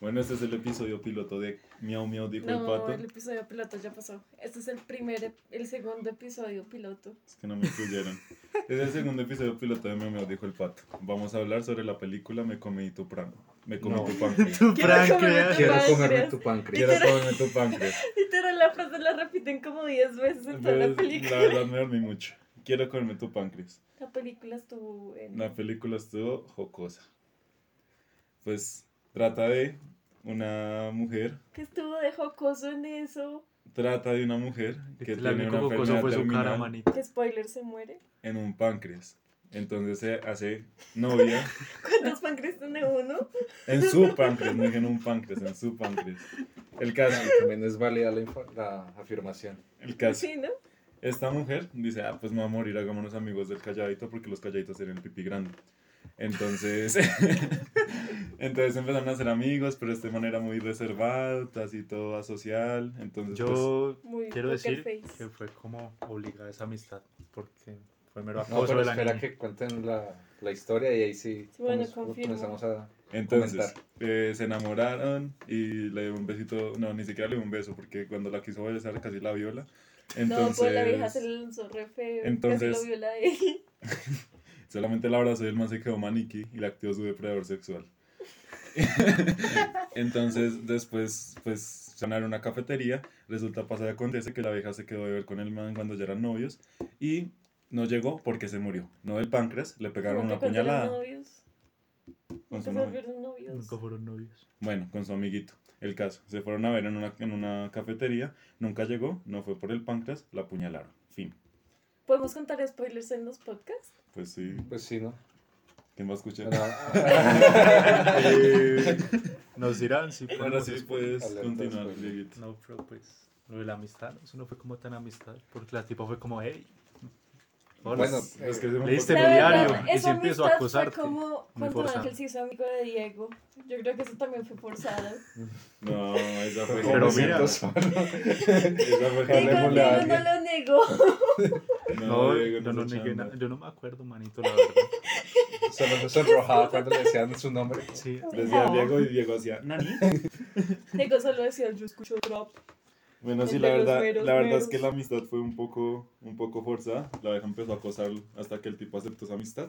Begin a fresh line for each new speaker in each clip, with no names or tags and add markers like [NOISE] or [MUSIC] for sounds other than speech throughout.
Bueno, este es el episodio piloto de Miau Miau, dijo el
No,
pato.
el episodio piloto ya pasó. Este es el primer, ep- el segundo episodio piloto.
Es que no me incluyeron. es el segundo episodio piloto de Miau Miau, dijo el pato. Vamos a hablar sobre la película Me comí tu pan. Me comí
No.
tu páncreas.
[LAUGHS] Tu
Quiero comerme
páncreas.
tu
Quiero-
Quiero comerme
páncreas.
tu páncreas.
Quiero comerme tu páncreas.
Literal, la frase la repiten como 10 veces en toda la
Entonces,
película.
la verdad me dormí mucho. Quiero comerme tu páncreas.
La película estuvo en...
La película estuvo jocosa. Pues trata de una mujer,
¿Qué estuvo de jocoso en eso?
trata de una mujer que
El
tiene una
único coso
enfermedad
fue su cara,
terminal
manito.
Que spoiler se muere. [LAUGHS]
en un páncreas. Entonces se hace novia
¿Cuántos páncreas tiene uno?
en su páncreas, no dije en un páncreas, en su páncreas. El caso,
También es válida la, info- la afirmación.
el caso.
Sí, ¿no?
Esta mujer dice, ah, pues me va a morir, hagámonos amigos del calladito porque los calladitos tienen el pipí grande. Entonces, [LAUGHS] entonces empezaron a ser amigos, pero de manera muy reservada, así todo asocial. Entonces, pues,
Yo
Muy
quiero
poker
decir
face.
que fue como obligada esa amistad, porque fue mero
No,
acoso
pero
de la
espera
niña.
que cuenten la, la historia y ahí sí,
Sí, bueno,
comes-
confirmo.
comenzamos a...
pues, entonces
comentar.
eh, se enamoraron y le dio un besito, no, ni siquiera le dio un beso porque cuando la quiso besar casi la viola. Entonces,
No, pues la vieja se le lanzó re feo.
Entonces-
Entonces... Casi lo viola él.
Solamente la abrazó y el man se quedó maniquí y le activó su depredador sexual. Entonces, después, pues, sonaron una cafetería. Resulta, pasa y acontece que la vieja se quedó de ver con el man cuando ya eran novios y no llegó porque se murió. No del páncreas, le pegaron
Nunca
una
cuando eran
puñalada
novios.
con
Nunca
su
se
novio.
volvieron novios.
Nunca fueron novios.
Bueno, con su amiguito. El caso, se fueron a ver en una, en una cafetería, nunca llegó, no fue por el páncreas, la apuñalaron. Fin.
¿Podemos contar spoilers en los podcasts?
Pues sí,
Pues sí, ¿no?
¿quién va a escuchar?
[LAUGHS]
Eh, Nos dirán si
[LAUGHS] Ahora
podemos
sí
ir.
puedes
pues, Alerta,
continuar,
spoiler.
Dieguito.
No, pero pues lo de la amistad, eso no fue como tan amistad, porque la tipa fue como, hey, hola.
Bueno,
Es
eh,
que es un
leíste
poco-
mi diario.
verdad,
y
esa
si empiezo
amistad
a
fue
acosarte,
como
me
cuando
forzan.
Ángel se hizo amigo de Diego. Yo creo que eso también
[LAUGHS]
fue forzado.
No, esa fue.
[LAUGHS] Pero
esa
mira.
fue
Diego,
Harlem
Diego
Hablemos de
Moonlight.
no
alguien.
lo negó.
no,
Diego,
yo no
se
negué
chamba.
nada, yo no me acuerdo, manito, la verdad. [LAUGHS]
Solo se enrojaba cuando le decían su nombre.
Sí,
[LAUGHS] Decía
No.
Diego y Diego hacía Nani.
Diego solo decía, yo escucho trap.
Bueno, sí,
El
la
de los
verdad,
meros,
la verdad es
meros.
que la amistad fue un poco, un poco forzada. La vieja empezó a acosarlo hasta que el tipo aceptó su amistad.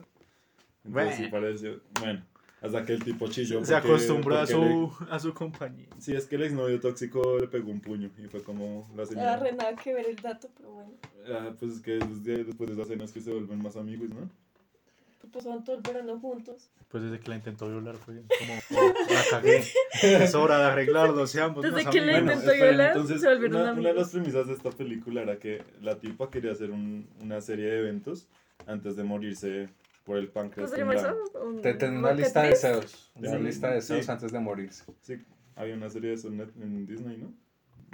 Entonces sí
Bueno.
pareció, bueno, hasta que el tipo chilló.
se
porque-
acostumbró a
porque
su, a su compañía.
le- sí, es que el exnovio tóxico le pegó un puño y fue como la
No da
señora.
re nada que ver el dato, pero bueno.
Ah, pues es que desde- después de esas cenas que se vuelven más amigos, ¿no?
Pues pasaron todo el verano juntos.
Pues desde que la intentó violar fue como, "Oh, la cagué. Es hora de arreglarlo, seamos
Desde
más
que la
amigos".
intentó
esperen,
violar, se volvieron
una, una de
amigos.
las premisas de esta película era que la tipa quería hacer un- una serie de eventos antes de morirse por el páncreas.
¿Cómo se
con
llama
la-
eso? Un-
Te tenían una
un
lista de
Tetris.
deseos. Una
Sí.
lista de deseos
Sí.
antes de morirse.
Sí, había una serie de eso en, Net- en Disney, ¿no?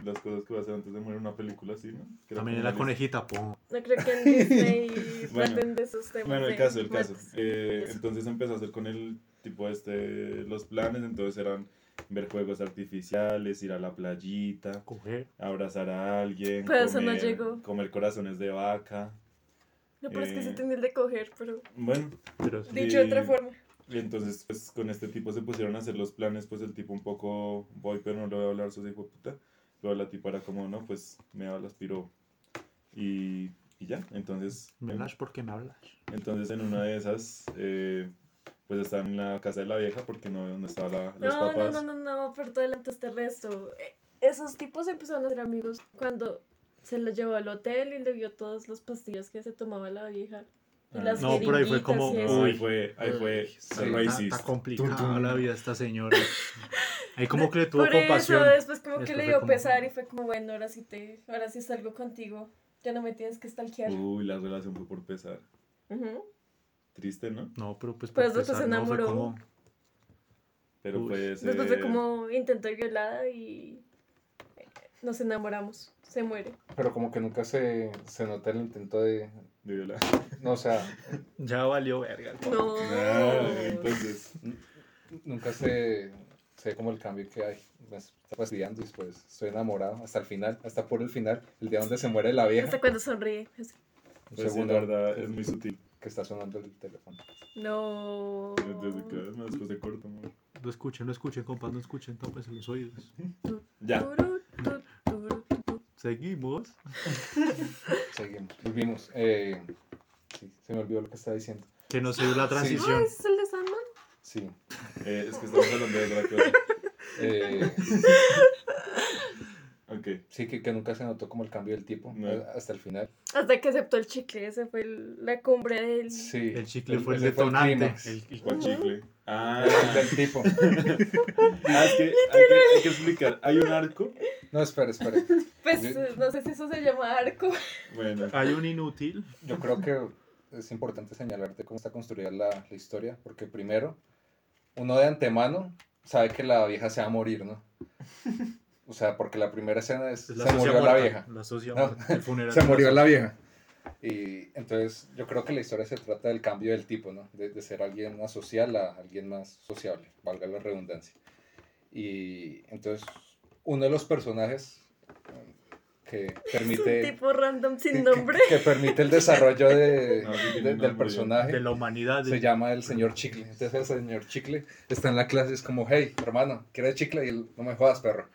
Las cosas que va a hacer antes de morir una película así, ¿no? Que
También
como
era
una lista.
conejita, po.
No creo que en Disney
[LAUGHS] Bueno.
traten de esos temas.
Bueno, el
de
caso, el caso.
muertes.
Eh,
Eso.
entonces empezó a hacer con el tipo este, los planes, entonces eran ver juegos artificiales, ir a la playita,
Coger.
abrazar a alguien,
Pero eso no llegó.
comer corazones de vaca.
No, pero es que
eh,
sí tenía el de coger, pero
Bueno,
Pero sí.
dicho de otra
y-
forma.
Y entonces, pues con este tipo se pusieron a hacer los planes, pues el tipo un poco, voy, pero no le voy a hablar, sos hijo de puta. Luego la tipa era como, no, pues me hablas, piro. Y, y ya, entonces,
Me
en-
hablas porque me hablas.
entonces en una de esas, eh, pues estaban en la casa de la vieja porque no, no estaban los
No, no,
papás.
no, no, no, pero tú adelantaste resto. Eh, Esos tipos empezaron a ser amigos cuando se los llevó al hotel y le vio todas las pastillas que se tomaba la vieja. Y
Ah,
las
No, pero ahí fue
jeringuitas
como-
y
No,
eso.
Uy.
ahí fue, ahí fue,
está,
racist.
está complicada
Tum, tum.
la vida esta señora. Ahí como que le tuvo
Por
compasión.
eso, después como que
Después
le
fue
dio
como-
pesar y fue como, bueno, ahora sí te, ahora sí salgo contigo. Ya no me tienes que stalkear.
Uh.
Uy, la relación fue por pesar.
Ujú.
Triste, ¿no?
No, pero pues
Pero
por
después
pesar,
se
no, fue
enamoró.
como-
Pero
Uy.
pues...
Después fue
eh,
como intento de violada y eh, nos enamoramos. Se muere.
Pero como que nunca se, se nota el intento de...
de violar.
No, o sea,
Ya valió verga. el pavo.
No. "Oh".
Ah, [LAUGHS] entonces...
nunca se, se ve como el cambio que hay. Me está fastidiando y después estoy enamorado hasta el final, hasta por el final, el día donde se muere la vieja.
Hasta cuando sonríe. es-
Un
Pues sí,
segundo
la verdad es muy sutil.
que está sonando el teléfono.
No.
Desde que además después de corto, amor.
No escuchen, no escuchen, compas, no escuchen, tápense los oídos.
Ya.
Turu, tu, turu, tu.
Seguimos.
Seguimos. Volvimos. Eh, sí, se me olvidó lo que estaba diciendo.
Que no se dio la
Ah,
transición.
¿ese es el de Sandman?
Sí.
Eh, es que estamos hablando de otra cosa.
eh,
Ok.
sí, que, que nunca se notó como el cambio del tipo
No.
eh, hasta el final.
Hasta que aceptó el chicle, ese fue el- la cumbre del...
Sí.
El chicle fue el
ese
detonante.
clímax.
El, el-
¿Cuál chicle? Ah,
El del tipo.
ah, es que hay, que hay que explicar. Hay un arco.
No, espera, espera.
Pues
Yo-
eh, no sé si eso se llama arco.
Bueno,
Ah,
Hay un inútil.
Yo creo que es importante señalarte cómo está construida la, la historia, porque primero, uno de antemano sabe que la vieja se va a morir, ¿no? O sea, porque la primera escena es,
Es
se
socia
murió la
muerta,
vieja.
La socia
No.
muerta, [LAUGHS] el funeral.
Se murió la vieja. Y entonces yo creo que la historia se trata del cambio del tipo, ¿no? De, de ser alguien asocial a alguien más sociable, valga la redundancia. Y entonces uno de los personajes eh, que
Es
permite...
un tipo random sin
que-
nombre.
[LAUGHS] Que, que permite el desarrollo
[LAUGHS]
de,
No, sí tiene
de-
nombre,
del personaje.
De la humanidad.
Se llama el señor Chicle. Entonces el señor Chicle está en la clase, es como, hey, hermano, ¿quieres chicle? Y él, no me jodas, perro.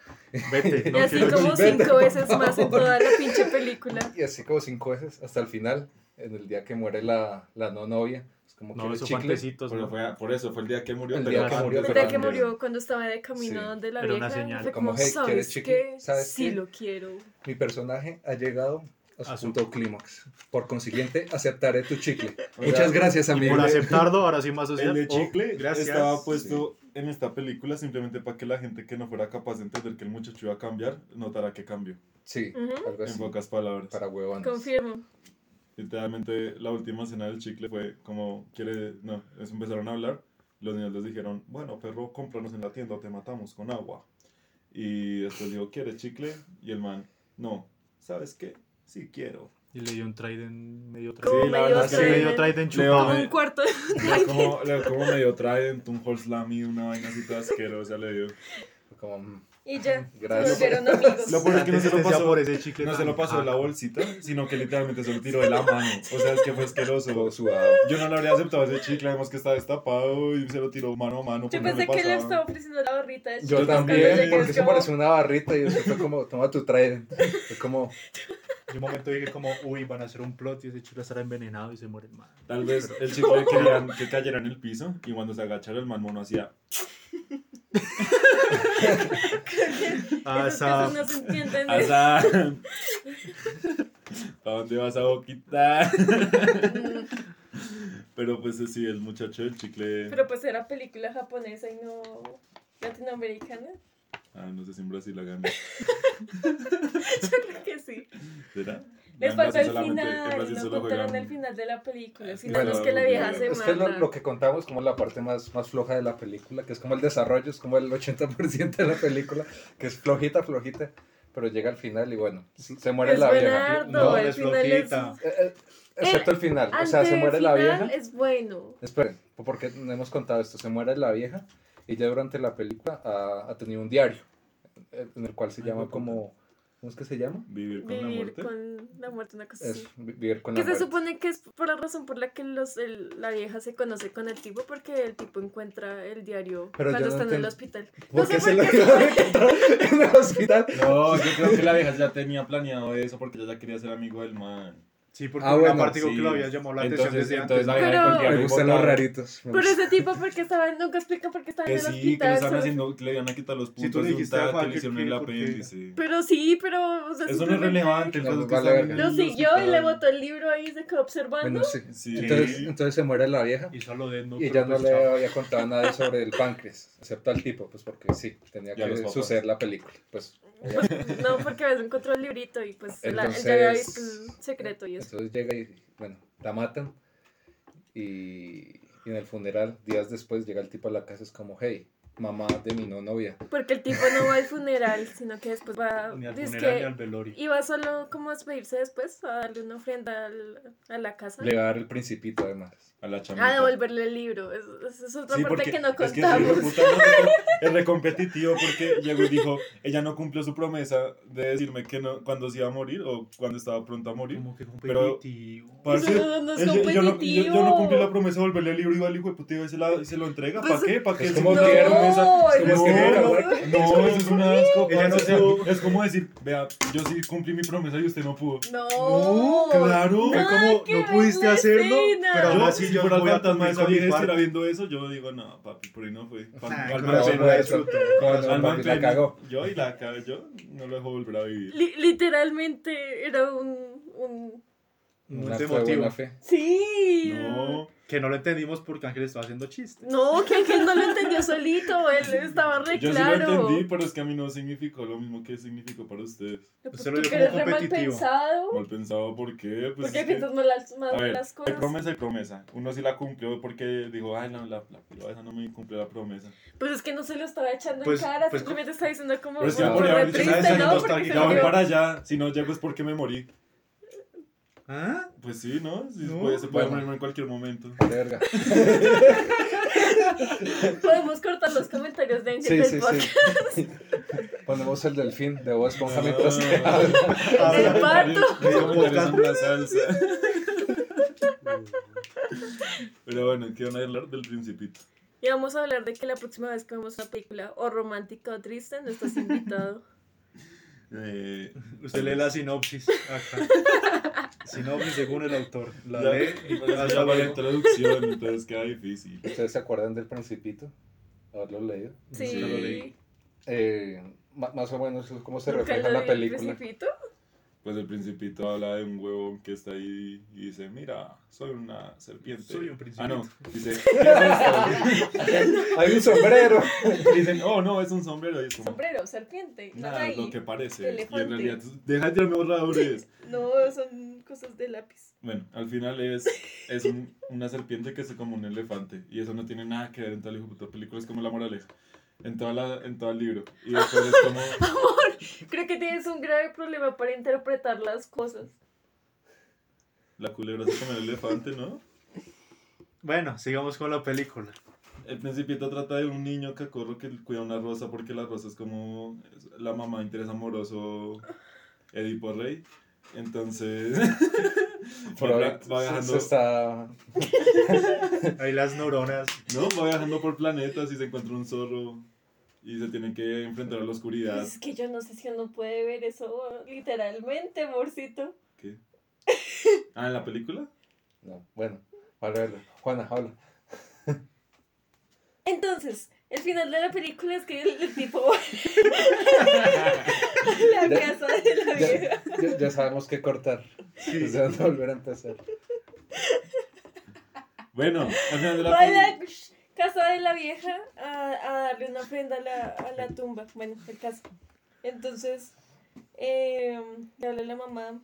Vete.
y
No
así
quiero
como
Vete,
cinco
por
veces más en
favor.
toda
[LAUGHS]
la pinche película.
Y así como cinco veces, hasta el final, en el día que muere la, la no novia. Es como,
No,
¿quieres
esos
chicle?
fantecitos.
pero
¿no?
fue a- por eso, fue el día que murió.
El
pero
día que
la-
murió,
El
pero
día que
también.
murió cuando estaba de camino
Sí,
donde la
era una
vieja
señal.
fue
Como,
como,
"Hey, ¿quieres
¿sabes
chicle?
qué?
¿Sabes
sí,
qué?"
lo quiero.
Mi personaje ha llegado a su
A su-
punto clímax. Por consiguiente, aceptaré tu
[LAUGHS]
chicle.
O sea,
Muchas gracias,
Y
amigo.
por aceptardo, ahora sí más
El
social.
de chicle
Oh, gracias.
estaba puesto en esta película simplemente para que la gente que no fuera capaz de entender que el muchacho iba a cambiar notara que cambió.
Pues Sí,
Ujú.
algo
En
así.
pocas palabras.
Para huevones.
Confirmo.
Literalmente la última escena del chicle fue como quiere, no, es- empezaron a hablar, los niños les dijeron, bueno, perro, cómpranos en la tienda, te matamos con agua. Y después dijo, ¿quieres chicle? Y el man, no, ¿sabes qué? Sí
[LAUGHS]
quiero.
Y le dio un Trident medio
Como
Sí,
Trident.
la
medio
verdad, sí,
Sí,
Trident.
medio Trident
Le
chupado.
doy-
Un cuarto de [LAUGHS]
Le como, le como medio Trident, un Whole Slam y una vaina así toda asquerosa le dio.
Como, mm,
Y ya.
Gracias.
Se volvieron amigos.
Lo bueno es que no se lo
Antes decía
pasó
por ese chicle.
No se
tan-
lo pasó de la
Ah,
bolsita, sino que literalmente se lo tiró de la mano. O sea, es que fue asqueroso.
todo sudado.
Yo no le habría aceptado ese chicle, además que está destapado y se lo tiró mano a mano.
Yo
porque no
pensé que le
pasaba.
estaba ofreciendo la barrita de
Yo
Yo
chicle
también,
también,
cuando
porque
llegué,
eso
como,
pareció una barrita y después fue como, toma tu Trident. Fue como,
Yo un momento dije como, uy, van a hacer un plot y ese chicle estará envenenado y se muere el [LAUGHS] man.
Tal
[LAUGHS]
vez el chicle querían que cayera en el piso y cuando se agachara el man mono
[LAUGHS]
hacía. Ah,
Esos
Asa,
casos no se entienden.
¡Asa! [LAUGHS] ¿Para dónde vas a boquita? [LAUGHS] Pero pues sí, el muchacho del chicle.
[LAUGHS] Pero pues era película japonesa y no latinoamericana. [LAUGHS]
Ah, no sé si en Brasil la gana.
Creo que sí.
¿Será?
Les
En
faltó
Brasil
el
solamente- en
final.
Brasil
No
solo
contaron
juegan-
el final de la película.
Es
Si no, no
que-
es que la vieja
Es
se
Es que lo,
manda.
lo que contamos como la parte más, más floja de la película, que es como el desarrollo, es como el 80% de la película, que es flojita, flojita, pero llega al final y bueno, se muere
Es
la vieja.
Bernardo,
No,
el
es
final es...
flojita.
Eh, eh, excepto el final, o sea,
Ante
se
el
muere la
final
vieja.
es bueno.
Esperen, porque no hemos contado esto, se muere la vieja y ya durante la película ha, ha tenido un diario, eh, en el cual se
Ay,
llama
no conté.
como, ¿cómo es que se llama?
Vivir con la
Vivir
muerte.
con la muerte, una cosa
Es
así.
vi- vivir con
Que
la
se
muerte.
supone que es por la razón por la que los, el- la vieja se conoce con el tipo, porque el tipo encuentra el diario
Pero yo
cuando
no
están en el
entiendo.
hospital.
¿Por
no sé
qué se
por
lo [LAUGHS]
qué-
iban a encontrar [LAUGHS] en el hospital?
No, yo creo que la vieja ya tenía planeado eso porque ella ya quería ser amigo del man.
Sí, porque
Ah,
una
bueno,
parte digo
sí.
que lo habías llamado la atención
Entonces-
desde
entonces la
antes. ¿no?
vieja
Pero-
con diario
Me gustan los
botado.
raritos. me
Pero
gustan.
ese tipo, porque estaba, nunca explica por qué estaba en
Que
el
sí, que le
hospital.
están
solo-
haciendo, que le iban a quitar los
tú
puntos
le
de un
dijiste a
tal que
Juan
le
que-
hicieron
que
el
por qué-
apéndice.
Pero sí, pero. o
Eso
sea,
no es
simplemente
relevante, el
No,
caso es que
vale
están
verga.
en el
Lo siguió y le
hospital.
botó el libro ahí, se quedó observando.
Bueno, sí.
Sí.
Entonces, entonces se muere la vieja
Y solo de no
y ya
pero
no
pues,
le
chao.
había contado nada sobre el páncreas, excepto al tipo, pues porque sí, tenía
Y a los
que
papás.
suceder la película. Pues,
Pues, [LAUGHS] no, porque a veces encontró el librito y pues la- él ya había visto el
entonces,
secreto y eso.
entonces llega y, bueno, la matan y, y en el funeral, días después, llega el tipo a la casa, es como, hey, mamá de mi no novia.
Porque el tipo no va al funeral, sino que después
[LAUGHS]
va.
Ni al
dizque-
funeral ni al velorio.
Y va solo como a despedirse después, a darle una ofrenda al- a la casa.
Le va a dar el principito además.
A la
A
chamita.
devolverle el libro. Es, es- es otra
Sí,
parte
porque
que no
es que ese hijo
contamos.
de puta no se- es recompetitivo porque llegó y dijo, ella no cumplió su promesa de decirme que no, cuando se iba a morir o cuando estaba pronto a morir.
Como que
Pero-
uh.
competitivo.
Parce,
[LAUGHS] Eso no es
él- yo, no, yo- yo no
Pues competitivo.
cumplí la promesa de volverle el libro y va el hijo de puta y se, la- y se lo entrega. ¿Para
Pues,
qué? ¿Para qué?
Es como
no,
tierno,
esa.
Ay,
como es que
no,
venga,
no,
güey, no, eso es una asco.
Ella no
parce.
se-
Es como decir, vea, yo sí cumplí mi promesa y usted no pudo.
No.
No, claro.
Ay,
Es
como,
qué
no pudiste hacerlo,
vergüenza.
pero aún
yo,
así
si
yo
fuera
voy a
fantasma de
cumplir
esa
con mi
vieja y
parte.
estuviera viendo eso, yo digo, no, papi, por ahí no fue. Pan-
Ah,
al
con
menos
razón,
no es
eso.
fruto.
Con
Al
razón,
menos
papi, la
no-
cagó.
Yo y la cagó, yo no lo dejo volver a vivir.
Li- literalmente era un, un...
Un
Muy
acto de
emotivo.
buena fe.
Sí.
No,
Que no lo entendimos porque Ángel estaba haciendo chistes.
No, que Ángel no lo entendió solito, él estaba re
yo sí lo
claro.
entendí, pero es que a mí no significó lo mismo que significó para ustedes.
Pues
Se lo dio
tú que
como
eres re mal
competitivo.
pensado.
Mal pensado, ¿por qué? Pues
porque
es que-
piensas mal las, mal
A ver,
las
hay
cosas.
promesa y promesa. Uno sí la cumplió porque dijo, ay, no, la, la piba esa no me cumplió la promesa.
Pues es que no se lo estaba echando
Pues-
en cara,
pues-
simplemente está diciendo como
Pero si
ya
como
podría
re
haber dicho,
triste,
"Sabes,
¿no?
no
Porque
está
se
Ya voy
murió.
para allá, si no llego es porque me morí.
¿Ah?
Pues sí, ¿no? Sí,
No,
puede- se puede
bueno.
morir en cualquier momento.
De verga.
Podemos cortar los comentarios de Ángel
Sí,
del
sí,
podcast.
sí. [LAUGHS] Ponemos el delfín de Bob Esponja
Ah, [LAUGHS]
mientras que
ah,
habla.
ah,
Del parto.
medio comentario sobre la salsa.
[LAUGHS]
Pero bueno, ¿qué van a hablar del principito?
Y vamos a hablar de que la próxima vez que vemos una película o romántica o triste, no estás invitado.
Eh,
Usted lee la sinopsis acá. sinopsis según el autor. La
ya-
lee y
pero es que
hasta
ya va
luego.
la traducción, [LAUGHS] entonces queda difícil.
¿Ustedes se acuerdan del Principito? Haberlo leído.
Sí.
Sí, lo leí.
Eh, ma- más o menos es como se
Nunca
refleja
lo
en la
vi, el
película.
Principito.
Pues el principito habla de un huevón que está ahí y dice, mira, soy una serpiente.
Soy un
Ah, no.
principito.
Dice, ¿qué
[LAUGHS]
es esto?
Hay
[LAUGHS]
un sombrero.
Dicen, oh, no, es un sombrero. Y es como,
Sombrero, serpiente. no
nada, es
ahí.
lo que parece. Y en
elefante.
realidad, deja de tirarme borradores.
No, son cosas de lápiz.
Bueno, al final es, es un- una serpiente que es como un elefante. Y eso no tiene nada que ver en toda la hijo puta película, es como la moraleja. En, toda la, en todo el libro. Y después es como...
Amor, creo que tienes un grave problema para interpretar las cosas.
La culebra se come el elefante, ¿no?
Bueno, sigamos con la película.
El principito trata de un niño cacorro que cuida una rosa porque la rosa es como es la mamá de interés amoroso Edipo Rey. Entonces, [LAUGHS]
Pero
va, va
se-
viajando,
se está
Ahí las neuronas.
¿no? va viajando por planetas y se encuentra un zorro y se tiene que enfrentar a la oscuridad.
Pues Es que yo no sé si uno puede ver eso literalmente, amorcito.
¿Qué? Ah, ¿en la película?
No, bueno, vale, verlo. Juana, habla.
Entonces, el final de la película es que el, el
[LAUGHS]
tipo [LAUGHS] va a la
Ya-
casa de la vieja.
Ya, ya- ya sabemos qué cortar. O sea, no volver a empezar.
Bueno, al final de la
Va a
película.
la sh- casa de la vieja a, a darle una prenda a la, a la tumba. Bueno, el caso. Entonces, eh, le habla la mamá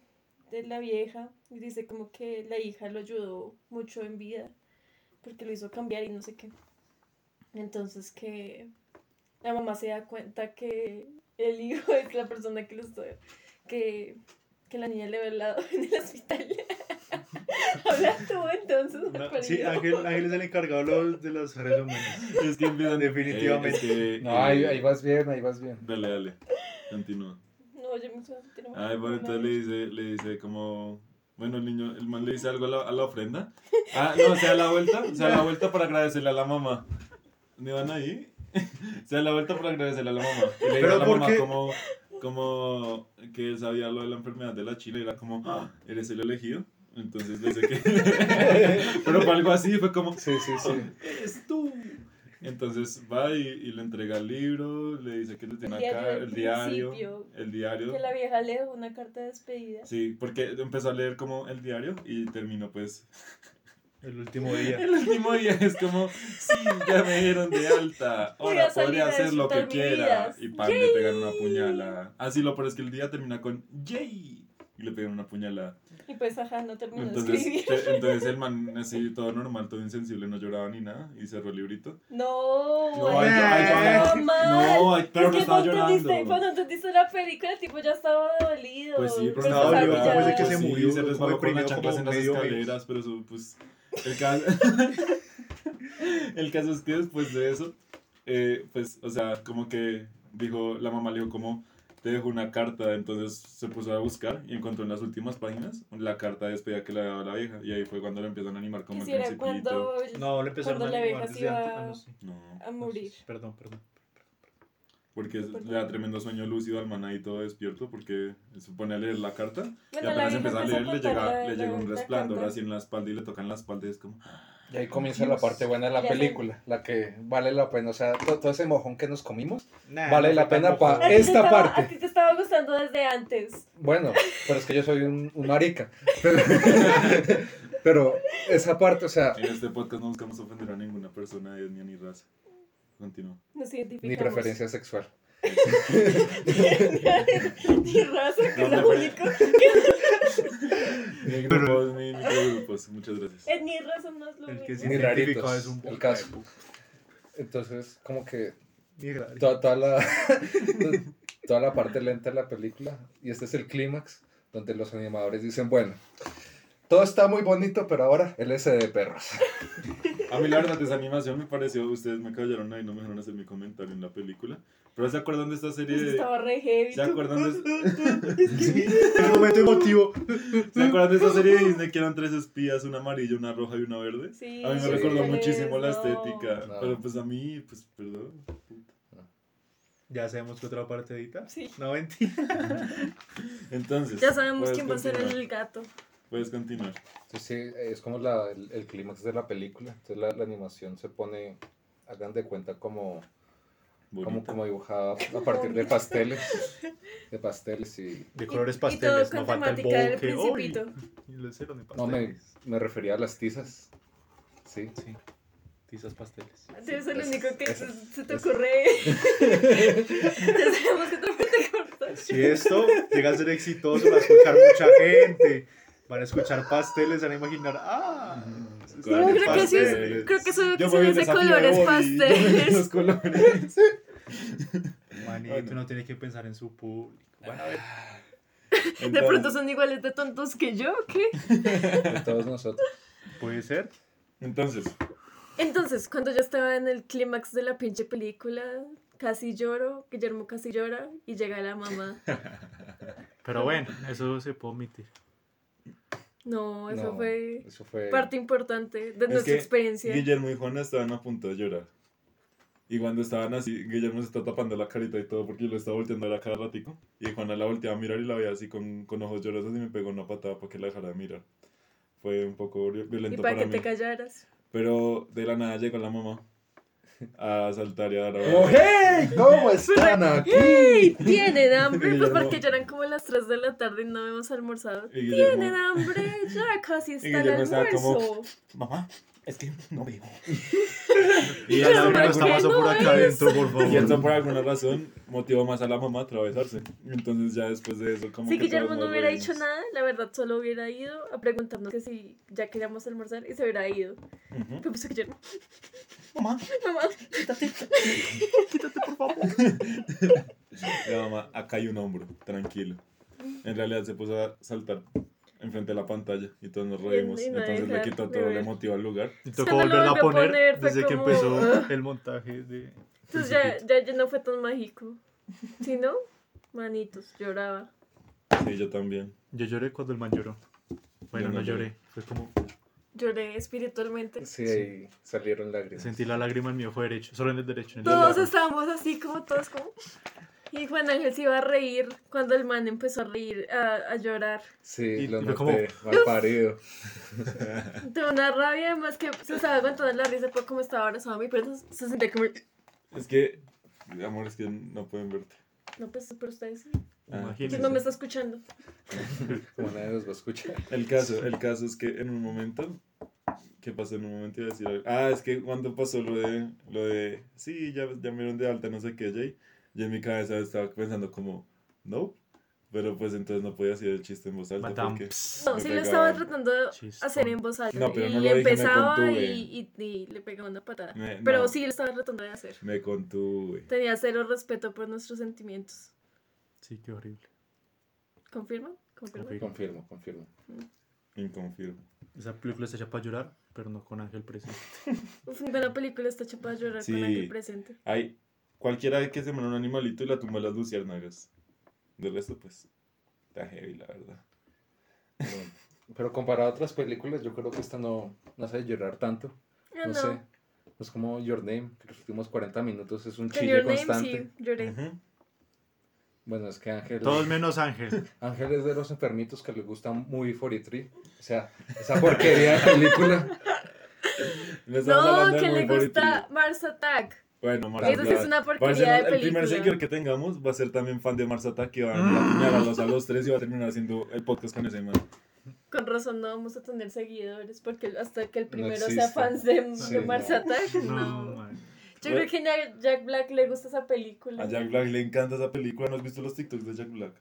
de la vieja y dice como que la hija lo ayudó mucho en vida porque lo hizo cambiar y no sé qué. Entonces que la mamá se da cuenta que el hijo [LAUGHS] es la persona que lo está, que, que la niña le ve al lado [LAUGHS] en el hospital. Habla tú entonces.
Una-
Alfredo.
sí, ah, Ángel, Ángel es el encargado de los- de los resúmenes.
Es que empiezan
Definitivamente.
Eh, es que,
No, ahí,
eh,
ahí vas bien, ahí vas bien.
Dale, dale. Continúa.
No, yo me suena sentir
Ay, bueno, entonces le dice, le dice como, bueno, el niño, el man le dice algo a la, a la ofrenda. Ah, no, se da la vuelta, se da la vuelta para agradecerle a la mamá. ¿Me van ahí? [LAUGHS] Se da la vuelta para agradecerle a la mamá. Y le dice
Pero
a la
¿por
mamá
qué?
como, como que sabía lo de la enfermedad de la chila y era como, "Ah, eres el elegido. Entonces le dice que... [LAUGHS] Pero fue algo así, fue como,
Sí, sí, sí.
eres tú. Entonces va y, y le entrega el libro, le dice que le tiene
El
acá
diario
el
del
diario,
principio.
el diario.
Que la vieja le dejó una carta de despedida.
Sí, porque empezó a leer como el diario y terminó pues
El último día.
el último día es como, sí, ya me dieron de alta,
Voy
ahora
a salir
podría
a
hacer lo que
disfrutar mi
quiera.
vida.
Y pan, le pegan una puñalada. Así lo peor es que el día termina con, yay, y le pegan una puñalada.
Y pues, ajá, no terminó de
Entonces,
escribir. [LAUGHS]
te- entonces el man así todo normal, todo insensible, no lloraba ni nada y cerró el librito.
No,
No,
ay,
ay, ay,
no,
ay,
mal.
no, ay, pero
es
no
que
estaba
cuando entendiste- Cuando
llorando.
entendiste la película, el tipo ya estaba dolido.
Pues sí, pero
Pues,
no,
o sea,
dolió,
ya-
después de que
pues
se
sí,
murió,
se
fue
resbaló con las
deprimido
chanclas en
como
las
medio mes.
escaleras, pero eso, pues, el
[LAUGHS]
caso, [LAUGHS] el caso es que después de eso, eh, pues, o sea, como que dijo, la mamá le dijo como, te dejó una carta, entonces se puso a buscar y encontró en las últimas páginas la carta de despedida que le daba la vieja. Y ahí fue cuando le empiezan a animar como el
Quisiera
principito.
cuando el-
No, le empezaron
Cuando
a
la
animar
vieja se
desde antes.
iba
Ah, no, sí.
No, pues,
a morir.
Perdón, perdón.
porque es-
Perdón.
le da tremendo sueño lúcido al man ahí todo despierto porque se pone a leer la carta y
Bueno, Pues la
apenas
vieja
empieza a leer le
contar
llega,
la-
le
la-
llega un
la
resplandor
carta.
así en la espalda y le tocan la espalda y es como...
Y ahí comienza la parte buena de la
Ya sé.
película, la que vale la pena. O sea, to- todo, ese mojón que nos comimos.
Nah,
Vale
no
la
fue
pena
tampoco-
pa-
A [LAUGHS] ti te
Esta
estaba-
parte.
A ti te estaba gustando desde antes.
Bueno, pero es que yo soy un, un marica. [LAUGHS] Pero, pero esa parte, o sea,
En este podcast no buscamos ofender a ninguna persona de etnia ni raza. Continúa.
Nos
ni
identificamos.
preferencia sexual.
[LAUGHS] ni raza, que es
No,
lo
no,
[LAUGHS] único.
Ni grupos, ni microgrupos. Muchas gracias.
Es ni raza, no es lo
El
único.
que se
Ni
identificó
raritos,
es un
el caso. Entonces, como que
Ni rarito.
toda, toda la, [LAUGHS] toda la parte lenta de la película, y este es el clímax, donde los animadores dicen, bueno, todo está muy bonito, pero ahora LSD de perros.
A mí la verdad esa animación me pareció, ustedes me callaron ahí, no me dejaron hacer mi comentario en la película. Pero ¿se acuerdan de esta serie?
Pues
de-
Estaba re heavy.
¿Se
tú.
acuerdan de,
[LAUGHS]
El momento emotivo.
¿se acuerdan de esta serie de Disney que eran tres espías, una amarilla, una roja y una verde?
Sí,
A mí me
Sí.
recordó
sí,
muchísimo la
no.
estética.
No.
Pero pues a mí, pues perdón. puta.
Ya sabemos que otra parte edita.
Sí.
No, mentira.
Entonces.
Ya sabemos
puedes
quién va a ser
continuar,
el gato.
Puedes continuar.
Entonces, sí, es como la- el, el clímax de la película. Entonces la, la animación se pone, hagan de cuenta, como, como,
Bonita.
como dibujada a partir de pasteles. De pasteles y
De
Y-
colores
y todo
pasteles.
con
no falta el
temática del
bokeh. ¡Uy!
Principito.
Y lo hicieron de
No, me-
pasteles.
me refería a las tizas. Sí.
Sí. Tizas pasteles.
Tú eres el
es-
único que
es-
se, se te
[LAUGHS]
es-
ocurre. ya sabemos que te puede cortar.
Si esto llega a ser exitoso, va a escuchar mucha gente. Van a escuchar pasteles, van a imaginar. ¡Ah!
Mm,
No,
Colores
creo que sí, es-
pasteles.
creo que eso que
Yo
se
me vi el
ve de
desafío
colores
hoy, yo me vi [LAUGHS] Los
pasteles. [LAUGHS]
colores.
Manito,
Bueno.
no tienes que pensar en su público. Bueno, a ver.
De pronto
Entonces-
son iguales de tontos que yo, ¿o ¿qué?
De todos nosotros.
Puede ser.
Entonces,
Entonces, cuando yo estaba en el clímax de la pinche película, casi lloro, Guillermo casi llora y llega la mamá.
Pero bueno, eso se puede omitir.
[LAUGHS]
No, [LAUGHS] eso
No,
fue
Eso fue.
parte importante de
Es
nuestra
que
experiencia.
Guillermo y Juana estaban a punto de llorar. Y cuando estaban así, Guillermo se está tapando la carita y todo porque lo estaba volteando a ver a cada ratico. Y Juana la volteaba a mirar y la veía así con, con ojos llorosos y me pegó una patada para que la dejara de mirar. Fue un poco viol-
Y
violento
para
para
que
mí.
te
[LAUGHS]
callaras.
Pero de la nada llegó la mamá a saltar y a dar
¡Oh, hey!
[LAUGHS]
¿Cómo están aquí?
¡Ey! ¿Tienen hambre? Pues
Guillermo.
porque ya eran como las 3 de la tarde y no hemos almorzado.
Y
¿Tienen
Guillermo,
hambre?
[LAUGHS]
Ya casi está el
Guillermo estaba
almuerzo.
como- mamá, es que no vivo.
Y
Pero,
ya
pero
está
¿qué
más
no
por acá
es?
adentro, por favor.
[LAUGHS] Y eso
[LAUGHS]
por alguna razón motivó más a la mamá a atravesarse. Entonces ya después de eso, como
Si
que
Guillermo
todos
no
nos
hubiera
reímos.
dicho nada, la verdad solo hubiera ido a preguntarnos que si ya queríamos almorzar y se hubiera ido.
Ujú.
Pero pues Guillermo, [LAUGHS]
Mamá,
mamá,
quítate, por favor.
La mamá, acá hay un hombro, tranquilo. En realidad se puso a saltar enfrente de la pantalla y todos nos reímos.
y no
Entonces le
dejar
quitó
de
todo el
ver.
emotivo al lugar.
Y
Se
tocó
me lo
volverla
volvió
a
a
poner,
poner, fue
desde que
como, [LAUGHS] Ah.
empezó
"Ugh".
el montaje de.
Pues
entonces Pues ya, ya, ya no fue tan mágico. Si no, manitos, lloraba.
Sí, yo también.
Yo lloré cuando el man lloró. Bueno,
Yo no
no lloré. Fue como.
Lloré espiritualmente.
Sí, ahí salieron lágrimas.
Sentí la lágrima en mi ojo derecho. Solo en el derecho. En el
Todos
derecho.
estábamos así como todos como... Y Juan Ángel se iba a reír cuando el man empezó a reír, a, a llorar.
Sí,
Y-
lo noté.
y fue como-
Mal parido.
Tuve una rabia, además que se estaba aguantando la risa por cómo estaba abrazado a mí, pero se, se sentía como...
Es que, amor, es que no pueden verte. Ah,
No, pues, pero ustedes... sí.
Imagínense.
Pues no me está escuchando.
Como nadie nos va a escuchar.
El caso, el caso es que en un momento, ¿qué pasó en un momento? Iba a decir algo. Ah, es que cuando pasó lo de, lo de, sí, ya, ya me dieron de alta, no sé qué, Jay. Yo en mi cabeza estaba pensando como, no, pero pues entonces no podía hacer el chiste en voz alta
Matan.
porque...
No,
Me
sí lo
pegaba.
estaba tratando de
Chistón.
hacer en voz alta.
No, pero
y
no lo dije, me
empezaba
contuve.
y, y- y le pegaba una patada.
Me-
pero
no,
sí lo estaba tratando de hacer.
Me contuve.
Tenía cero respeto por nuestros sentimientos.
Sí, qué horrible.
¿Confirman? ¿Confirman?
Confirmo,
Confirmo.
confirmo.
Inconfirmo.
Esa película está hecha para llorar, pero no con Ángel presente.
Uf, la película está hecha para llorar
Sí.
con aquel presente.
Hay cualquiera que se muera un animalito y la tumba de las luciérnagas. Del resto, pues, está heavy, la verdad.
Pero, pero comparado a otras películas, yo creo que esta no, no hace llorar tanto.
Ah, no.
No, sé. No es como Your Name, que los últimos 40 minutos es un
Con
chile
Your
constante.
Name sí, lloré.
Ujú.
Bueno, es que Ángel.
Todos menos Ángel.
Ángel es de los enfermitos que le gusta muy 43. O sea, esa porquería de película.
Le estamos
No,
hablando
que
de
le
muy body
gusta
trip.
Mars Attack.
Bueno, Mars
Eso
Esa sí
Attack.
es una
Va a ser
porquería de
el primer
película.
seeker que tengamos va a ser también fan de Mars Attack y van
Mm.
a apuñalarlos a los tres y va a terminar haciendo el podcast con ese man.
Con razón no vamos a tener seguidores porque hasta que el primero sea
existe.
fans de,
Sí,
de Mars
no.
Attack, [LAUGHS] no.
No, man.
Yo creo que a Jack Black le gusta esa película.
A Jack Black le encanta esa película. ¿No has visto los TikToks de Jack Black?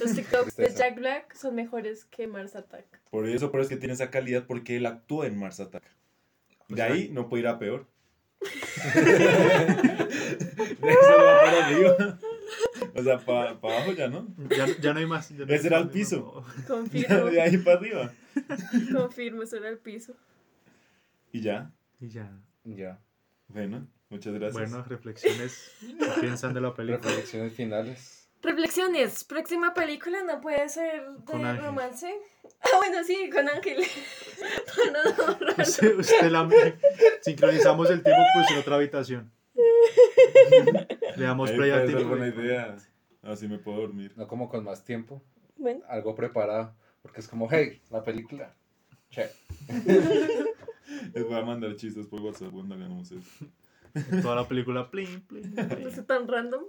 Los TikToks de
Tristeza.
Jack Black son mejores que Mars Attack.
Por eso, pero es que tiene esa calidad porque él actúa en Mars Attack. De ahí no puede ir a
[LAUGHS]
peor. De ahí solo va para arriba. O sea, para abajo ya, ¿no?
Ya, ya no hay más. ya no hay
Ese era
más,
el piso. Ya
[LAUGHS]
[LAUGHS]
Confirmo,
de ahí para arriba.
confirmo, eso era el piso.
Y ya.
Y ya.
Ya.
Bueno, muchas gracias.
Bueno, reflexiones. ¿Qué piensan de
[LAUGHS]
la película?
Reflexiones finales.
Reflexiones, próxima película no puede ser
Con
de
Ángel.
romance. [LAUGHS] Ah, bueno, sí, con Ángel. [LAUGHS] Para no ahorrar.
Usted, usted la sincronizamos el tiempo pues en
[LAUGHS]
otra habitación. Le damos
Ahí
play al
puede ser
tiempo.
buena idea. Así me puedo dormir.
No como con más tiempo.
Bueno,
Algo preparado. Porque es como, hey, la película. Che.
Les voy a mandar chistes por WhatsApp cuando hagamos eso.
Toda la película. plin, plin,
no
plin.
es tan random.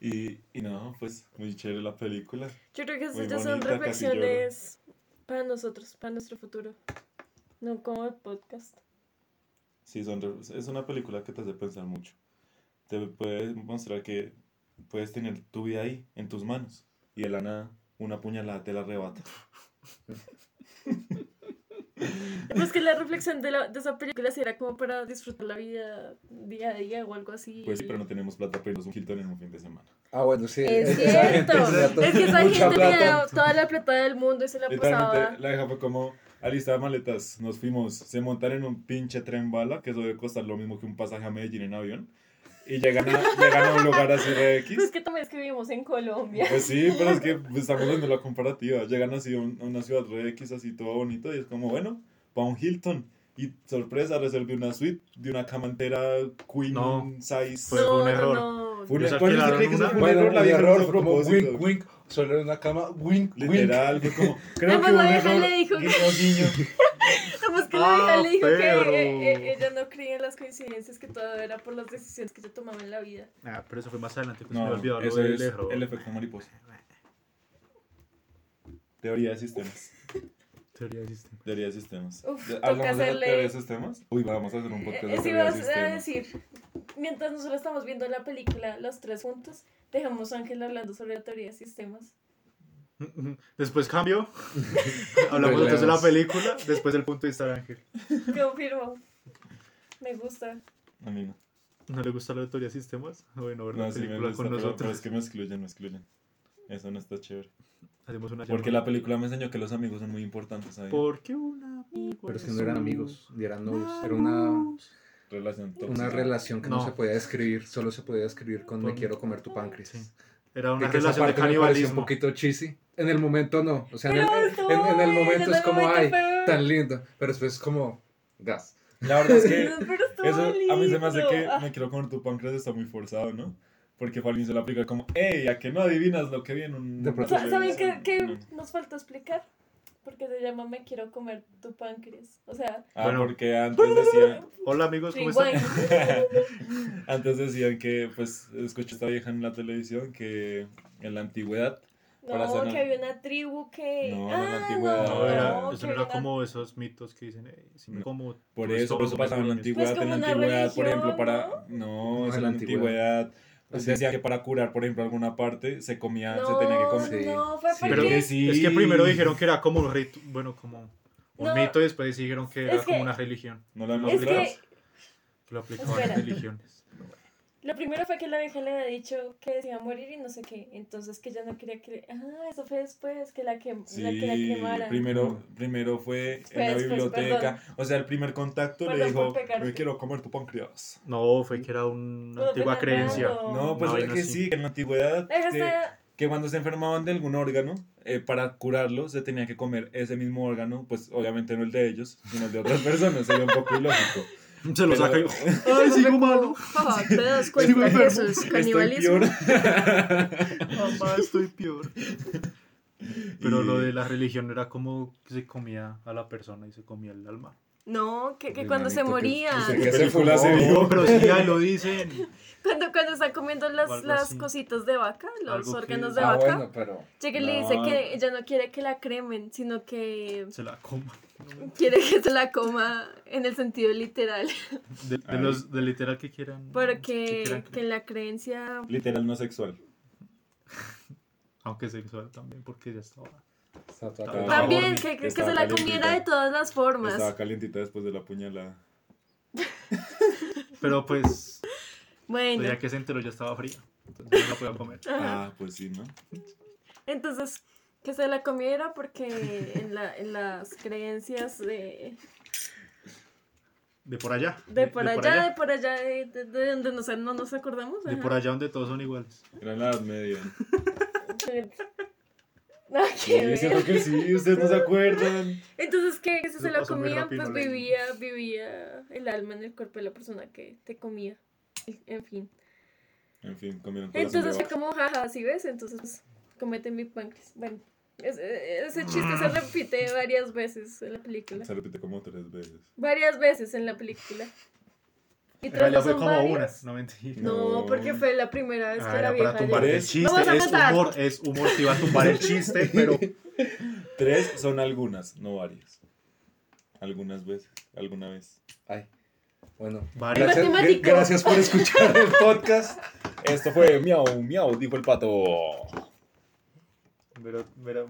Y, y no, pues muy chévere la película.
Yo creo que
Muy
esas ya son
bonita, casi lloro.
reflexiones para nosotros, para nuestro futuro. No como el podcast.
Sí, son re- es una película que te hace pensar mucho. Te puede mostrar que puedes tener tu vida ahí, en tus manos. Y de la nada, una puñalada te la arrebata.
Pues que la reflexión de, la- de esa película sí era como para disfrutar la vida día a día o algo así.
Pues sí, pero no tenemos plata para irnos a un Hilton en un fin de semana.
Ah, bueno, sí. [LAUGHS]
Es
esa gente
cierto.
tenía
Es que esa
mucha
gente
plata.
tenía toda la plata del mundo y se la pasaba.
Literalmente, la hija fue como, alista maletas, nos fuimos. Se montaron en un pinche tren bala, que eso debe costar lo mismo que un pasaje a Medellín en avión. Y llegan a, llegan a un lugar así de X.
Pues que también es que vivimos en Colombia.
Pues sí, pero es que estamos haciendo la comparativa. Llegan así a un- a una ciudad re X, así todo bonito, y es como, bueno, para un Hilton. Y sorpresa, reservé una suite de una cama entera Queen
No,
size.
Fue un error.
no.
Fue un
Pues,
Nos
error. ¿Cuál es el
alquilaron
que cree que
una-
eso fue un
Bueno,
error?
un
La vieja lo hizo
error
a
fue como
propósito.
wink, wink. Solo en una cama, wink, wink.
Literal, fue
[LAUGHS]
como.
Ah,
Creo
pues
que un
la vieja
error.
le dijo-
guiño, guiño.
No, pues que la vieja
Ah,
le dijo que
perro.
eh, eh, ella no creía en las coincidencias, que todo era por las decisiones que yo tomaba en la vida.
Ah, pero eso fue más adelante. Pues me olvidó
No,
lo
eso
del
es
error.
el efecto mariposa. Teoría de sistemas.
Teoría del sistema. [LAUGHS]
Teoría de sistemas.
Uf,
De-
toca
¿Hablamos de la
hacerle-
teoría de sistemas? Uy, vamos a hacer un podcast de
Eh, Eso
teoría de
ibas a
sistemas.
decir. Mientras nosotros estamos viendo la película Los Tres Juntos, dejamos a Ángel hablando sobre la teoría de sistemas.
[LAUGHS]
Después cambio. Hablamos entonces de la
Volvemos.
película. Después del punto de vista de Ángel.
Confirmo. Me gusta.
A mí no.
¿No le gusta la teoría de sistemas? Ah, Bueno, ver la
No, sí me
película
gusta,
con
pero-
nosotros.
Pero es que me excluyen, me excluyen. Eso no está chévere.
Hacemos una
Porque la
llamada.
película me enseñó que los amigos son muy importantes ahí.
Porque un amigo
Pero es que
es
no eran
un-
amigos, ni eran novios. Era una,
Relación tóxica.
una relación que no.
No.
se podía describir, solo se podía describir con me
Con-
quiero comer tu páncreas.
Sí. Era
De
una
que esa
relación de
parte me pareció
canibalismo.
un poquito cheesy. En el momento no. O sea, en el,
Pero
en- en- en el momento es como, ay, tan lindo. Pero después es como, gas.
La verdad es que eso
Eso
a mí se me hace que me quiero comer tu páncreas está muy forzado, ¿no? Porque Falvin se lo aplica como, ey, a que no adivinas lo que viene un...
De pronto-
¿Saben qué,
que
qué nos faltó explicar? Porque se llama Me quiero comer tu páncreas. O sea,
Ah,
Bueno.
porque antes
[LAUGHS]
decían, [LAUGHS] Pues,
Hola amigos, ¿cómo están?
rewind.
antes decían que, pues, escuché a esta vieja en la televisión que en la antigüedad, Para
No,
hacer-
que había una tribu que. ah,
No, no, la antigüedad.
No, era,
No,
eso
que había
no era
una-
como esos mitos que dicen, eh, si me
Ah. No.
como. pues
por eso, por
tu
eso
estómago,
pasaba en la
me como
antigüedad,
Pues como
en la
una
antigüedad, por ejemplo,
religión,
para... No,
No,
es
en
en la
la
antigüedad.
Así.
Decía que para curar, por ejemplo, alguna parte, se comía,
No,
se tenía que comer.
comer.
No, fue
Sí.
porque.
Pero
que sí.
Es que primero dijeron que era como un rito, bueno, como un
No.
mito y después dijeron que
Es
era
que-
como una religión.
No la hemos
Es
hablado.
que
que lo aplicaban en
Espera.
religiones.
Lo primero fue que la vieja le había dicho que se iba a morir y no sé qué. Entonces que ella no quería que... Ah, eso fue después que la, que,
Sí,
la, que la quemaran.
primero, primero fue
Pues,
en
Fue
la
después,
biblioteca. O sea, el primer contacto le
Perdón por
dijo,
pegarte.
me quiero comer tu páncreas.
No, fue que era una
Todo
antigua
fue
creencia.
Fernando.
No, pues
No,
es
no,
que
sí.
sí, que en la antigüedad,
La vieja
que-
estaba-
que cuando se enfermaban de algún órgano, eh, para curarlo se tenía que comer ese mismo órgano, pues obviamente no el de ellos, sino el de otras [LAUGHS] personas, sería un poco ilógico.
Se lo
Pero-
[LAUGHS] saca y... ¡Ay, sigo malo!
Ah, ¿Te
[LAUGHS]
das cuenta
enfermo.
que eso es canibalismo?
Estoy
Mamá, estoy peor. Pero
Y-
lo de la religión era como que se comía a la persona y se comía el [LAUGHS] alma.
No, que, que
Uy,
cuando se
manito, que-
morían.
que
¿Qué se
película
fumó?
se vio?
No, pero sí, ahí lo dicen.
Cuando, cuando están comiendo
O
las,
algo
las
así.
cositas de vaca, los
Algo que-
órganos de
Ah,
vaca,
bueno, pero
llega y le dice
No.
que ella no quiere que la cremen, sino que
Se la coma.
quiere que se la coma en el sentido literal.
De, de
Ay.
los de literal que quieran. que
Porque
quieran
que
creer.
en la creencia.
Literal no sexual.
Aunque sexual también, porque ya estaba.
está toda
También.
cagada.
También,
horny,
que, que
estaba
se la
calientita.
comiera de todas las formas.
Estaba calientita después de la puñalada.
Pero pues, el
Bueno,
día que se enteró ya estaba fría. Entonces no la podía comer.
Ah, pues sí, ¿no?
entonces, que se la comiera porque en, la, en las creencias de,
De por allá.
de por allá, de por allá, de, de- de donde nos- no nos acordamos.
De
ajá. [LAUGHS]
por allá donde todos son iguales.
Era la edad media.
No,
Sí,
qué
es
ver.
cierto que sí, ustedes no se acuerdan.
Entonces, que si
Eso
se la
pasó muy
comían,
rápido,
pues
la-
vivía, vivía el alma en el cuerpo de la persona que te comía. En fin.
En fin, comieron cosas.
Entonces fue como, jaja, si ves, entonces pues, comete mi páncreas. Bueno, ese, ese chiste se repite varias veces en la película.
Se repite como tres veces.
Varias veces en la película. Y
En realidad fue
pues son
como una,
varias.
no mentira.
No, porque fue la primera vez que
Ah,
la
era
vieja
para tumbar
llegó.
el
Vamos
chiste.
a
Es
contar.
humor, es humor. Si iba a tumbar el chiste,
[LAUGHS]
pero
Tres son algunas, no varias. Algunas veces, alguna vez.
Ay, bueno.
varias.
Gracias,
Matemático.
gra- gracias por escuchar el podcast.
Esto fue miau, miau, dijo el pato.
Pero, pero